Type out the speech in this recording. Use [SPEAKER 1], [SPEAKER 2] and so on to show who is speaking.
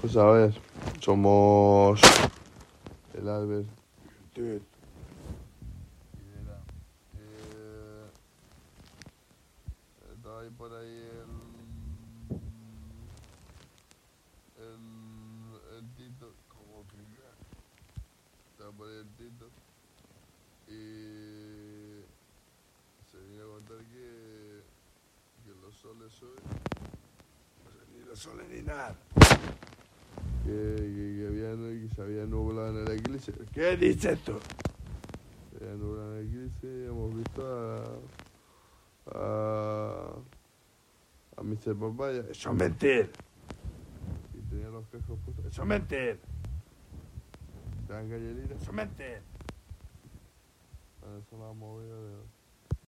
[SPEAKER 1] Pues a ver, somos el Albert. Dude. Eh, estaba ahí por ahí el, el, el Tito, como que ya, estaba por ahí el Tito y se vino a contar que, que los soles hoy, o sea, ni los soles ni nada, que, que, que habían- que se había nublado en el eclipse,
[SPEAKER 2] ¿Qué dices tú?
[SPEAKER 1] se había nublado en el eclipse y hemos visto a, a, a Mr. Papaya
[SPEAKER 2] Eso es mentir,
[SPEAKER 1] y tenía los cascos puestos,
[SPEAKER 2] eso es mentir,
[SPEAKER 1] estaban gallerinas,
[SPEAKER 2] eso es mentir.
[SPEAKER 1] eso la movida de...